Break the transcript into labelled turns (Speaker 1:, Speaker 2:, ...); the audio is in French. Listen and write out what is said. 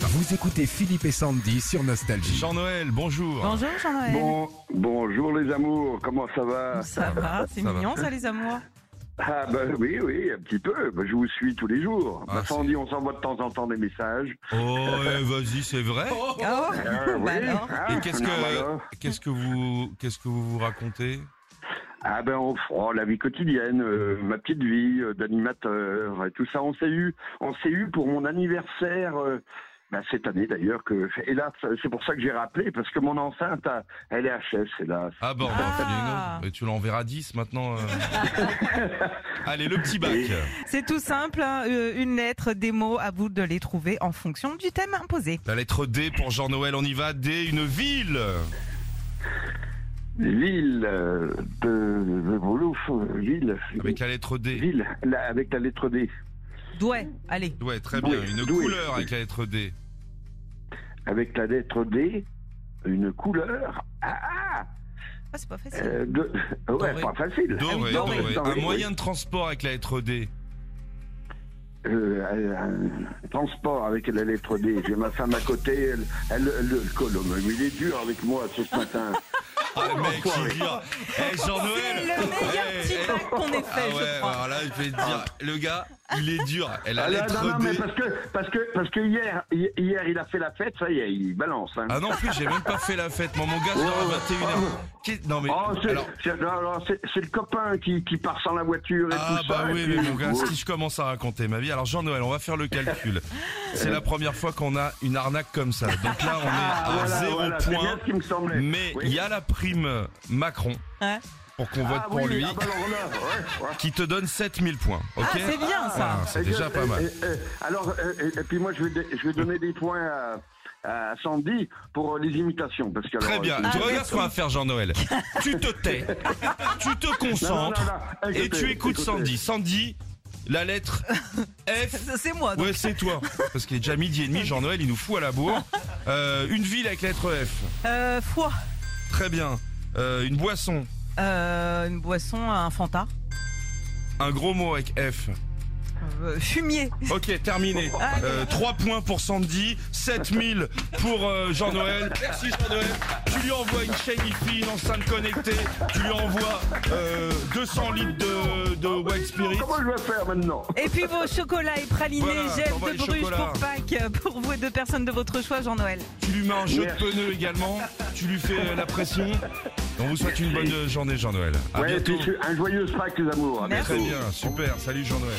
Speaker 1: Vous écoutez Philippe et Sandy sur Nostalgie.
Speaker 2: Jean-Noël, bonjour.
Speaker 3: Bonjour Jean-Noël.
Speaker 4: Bon, bonjour les amours, comment ça va
Speaker 3: Ça va, c'est
Speaker 2: Ça va.
Speaker 3: mignon ça les amours.
Speaker 4: Ah bah oui, oui, un petit peu, Bah, je vous suis tous les jours.
Speaker 2: Ah,
Speaker 4: Bah, Sandy, on s'envoie de temps en temps des messages.
Speaker 2: Oh, eh, vas-y, c'est vrai.
Speaker 3: Oh,
Speaker 2: Ah,
Speaker 4: Euh,
Speaker 3: bah alors.
Speaker 4: hein,
Speaker 2: Et qu'est-ce
Speaker 4: non, bah
Speaker 2: que
Speaker 4: alors.
Speaker 2: qu'est-ce que vous qu'est-ce que vous vous racontez
Speaker 4: Ah ben on oh, la vie quotidienne, euh, ma petite vie euh, d'animateur, et tout ça, on s'est eu, on s'est eu pour mon anniversaire. euh, bah, cette année d'ailleurs que et là c'est pour ça que j'ai rappelé parce que mon enceinte a- elle est HS hélas
Speaker 2: Ah bon,
Speaker 3: Ah.
Speaker 2: et tu l'enverras 10 maintenant. euh. Allez, le petit bac.
Speaker 3: C'est tout simple, hein, euh, une lettre, des mots, à vous de les trouver en fonction du thème imposé.
Speaker 2: La lettre D pour Jean-Noël, on y va. D, une ville.
Speaker 4: ville euh, de de Boulouf, euh, ville
Speaker 2: Avec la lettre D.
Speaker 4: ville la- avec la lettre D
Speaker 3: Douai, allez.
Speaker 2: Ouais, très bien.
Speaker 4: Doué,
Speaker 2: Une
Speaker 4: doué.
Speaker 2: couleur avec la lettre D.
Speaker 4: avec la lettre D, une couleur ah,
Speaker 3: Ah, c'est pas facile.
Speaker 4: euh, de... Ouais,
Speaker 2: Doré.
Speaker 4: pas facile.
Speaker 3: Ah
Speaker 2: Doré,
Speaker 3: oui, doré.
Speaker 2: doré.
Speaker 4: Doré,
Speaker 2: Un
Speaker 4: oui.
Speaker 2: moyen de transport avec la lettre D.
Speaker 4: Euh, euh, euh, transport avec la lettre D. J'ai ma femme à côté, elle, elle, elle- le colombe. Il est dur avec moi ce matin.
Speaker 2: Ah, le mec,
Speaker 4: l'enfoiré.
Speaker 2: il vient. Eh,
Speaker 3: Oh, C'est
Speaker 2: Jean-Noël.
Speaker 3: le meilleur
Speaker 2: Eh,
Speaker 3: petit
Speaker 2: eh.
Speaker 3: bac qu'on ait fait,
Speaker 2: Ah ouais,
Speaker 3: je crois. Ah.
Speaker 2: alors là, je vais te dire, le gars, il est dur. Elle a
Speaker 4: Ah,
Speaker 2: la
Speaker 4: là,
Speaker 2: lettre
Speaker 4: non, non,
Speaker 2: D.
Speaker 4: mais parce que, parce que, parce que hier, hi- hier, il a fait la fête, ça y est, il balance. Hein.
Speaker 2: Ah non, en plus, j'ai même pas fait la fête. Moi, mon gars sort
Speaker 4: Oh.
Speaker 2: à 21h. Non, mais.
Speaker 4: Oh, c'est-
Speaker 2: alors-
Speaker 4: c'est non, non, c'est- c'est le copain qui, qui part sans la voiture et
Speaker 2: Ah,
Speaker 4: tout ça.
Speaker 2: bah
Speaker 4: et
Speaker 2: oui,
Speaker 4: puis- Oh,
Speaker 2: mais mon gars,
Speaker 4: Ouais.
Speaker 2: si je commence à raconter ma vie. Alors, Jean-Noël, on va faire le calcul. C'est la première fois qu'on a une arnaque comme ça. Donc là, on est
Speaker 4: Ah,
Speaker 2: à
Speaker 4: voilà,
Speaker 2: zéro
Speaker 4: voilà, c'est bien
Speaker 2: point.
Speaker 4: ce qui me semblait.
Speaker 2: Mais il
Speaker 4: Oui.
Speaker 2: y a la prime Macron
Speaker 3: Ouais.
Speaker 2: pour qu'on vote
Speaker 4: Ah
Speaker 2: pour
Speaker 4: oui,
Speaker 2: lui
Speaker 4: ah, bah alors là, ouais, ouais.
Speaker 2: qui te donne 7000 points. Ok
Speaker 3: Ah, c'est bien ça.
Speaker 2: Ah, c'est
Speaker 4: Et
Speaker 2: déjà
Speaker 4: je-
Speaker 2: pas mal. Mm.
Speaker 4: et- et- et- alors, et, et- et puis moi, je vais, dé- je vais donner des points à, à Sandy pour euh, les imitations. Parce que,
Speaker 2: Très
Speaker 4: alors,
Speaker 2: bien.
Speaker 4: euh,
Speaker 2: Tu
Speaker 3: Ah,
Speaker 2: regardes ce qu'on va faire, Jean-Noël. tu te tais, tu te
Speaker 4: non, non, non,
Speaker 2: concentres
Speaker 4: non,
Speaker 2: et
Speaker 4: écoutez,
Speaker 2: tu écoutes
Speaker 4: écoutez.
Speaker 2: Sandy. Sandy, la lettre F.
Speaker 3: C'est moi. donc.
Speaker 2: Ouais, c'est toi. Parce qu'il est déjà midi et demi, Jean-Noël, il nous fout à la bourre. Euh, une ville avec lettre F.
Speaker 3: Euh, foie,
Speaker 2: Très bien. Euh, une boisson.
Speaker 3: euh, une boisson, un fanta.
Speaker 2: Un gros mot avec F.
Speaker 3: Euh, fumier,
Speaker 2: Ok, terminé.
Speaker 4: Ah,
Speaker 2: Euh, 3 points pour Sandy, 7000 pour euh, Jean-Noël. Merci Jean-Noël. Tu lui envoies une chaîne IFI, une enceinte connectée. Tu lui envoies euh, 200 litres de, de White Spirit.
Speaker 4: Comment je vais faire maintenant
Speaker 3: Et puis vos chocolats et pralinés,
Speaker 2: Voilà,
Speaker 3: gel
Speaker 2: t'envoies les
Speaker 3: de Bruges
Speaker 2: chocolats.
Speaker 3: pour Pâques, euh, pour vous et deux personnes de votre choix, Jean-Noël.
Speaker 2: Tu lui mets un jeu de
Speaker 4: Merci.
Speaker 2: pneus également. Tu lui fais euh, la pression. On vous souhaite une bonne euh, journée, Jean-Noël. À
Speaker 4: Ouais,
Speaker 2: bientôt.
Speaker 4: puis, Un joyeux Pâques, les amours. À
Speaker 3: Merci.
Speaker 2: Très
Speaker 4: bientôt.
Speaker 2: bien, super. Salut Jean-Noël.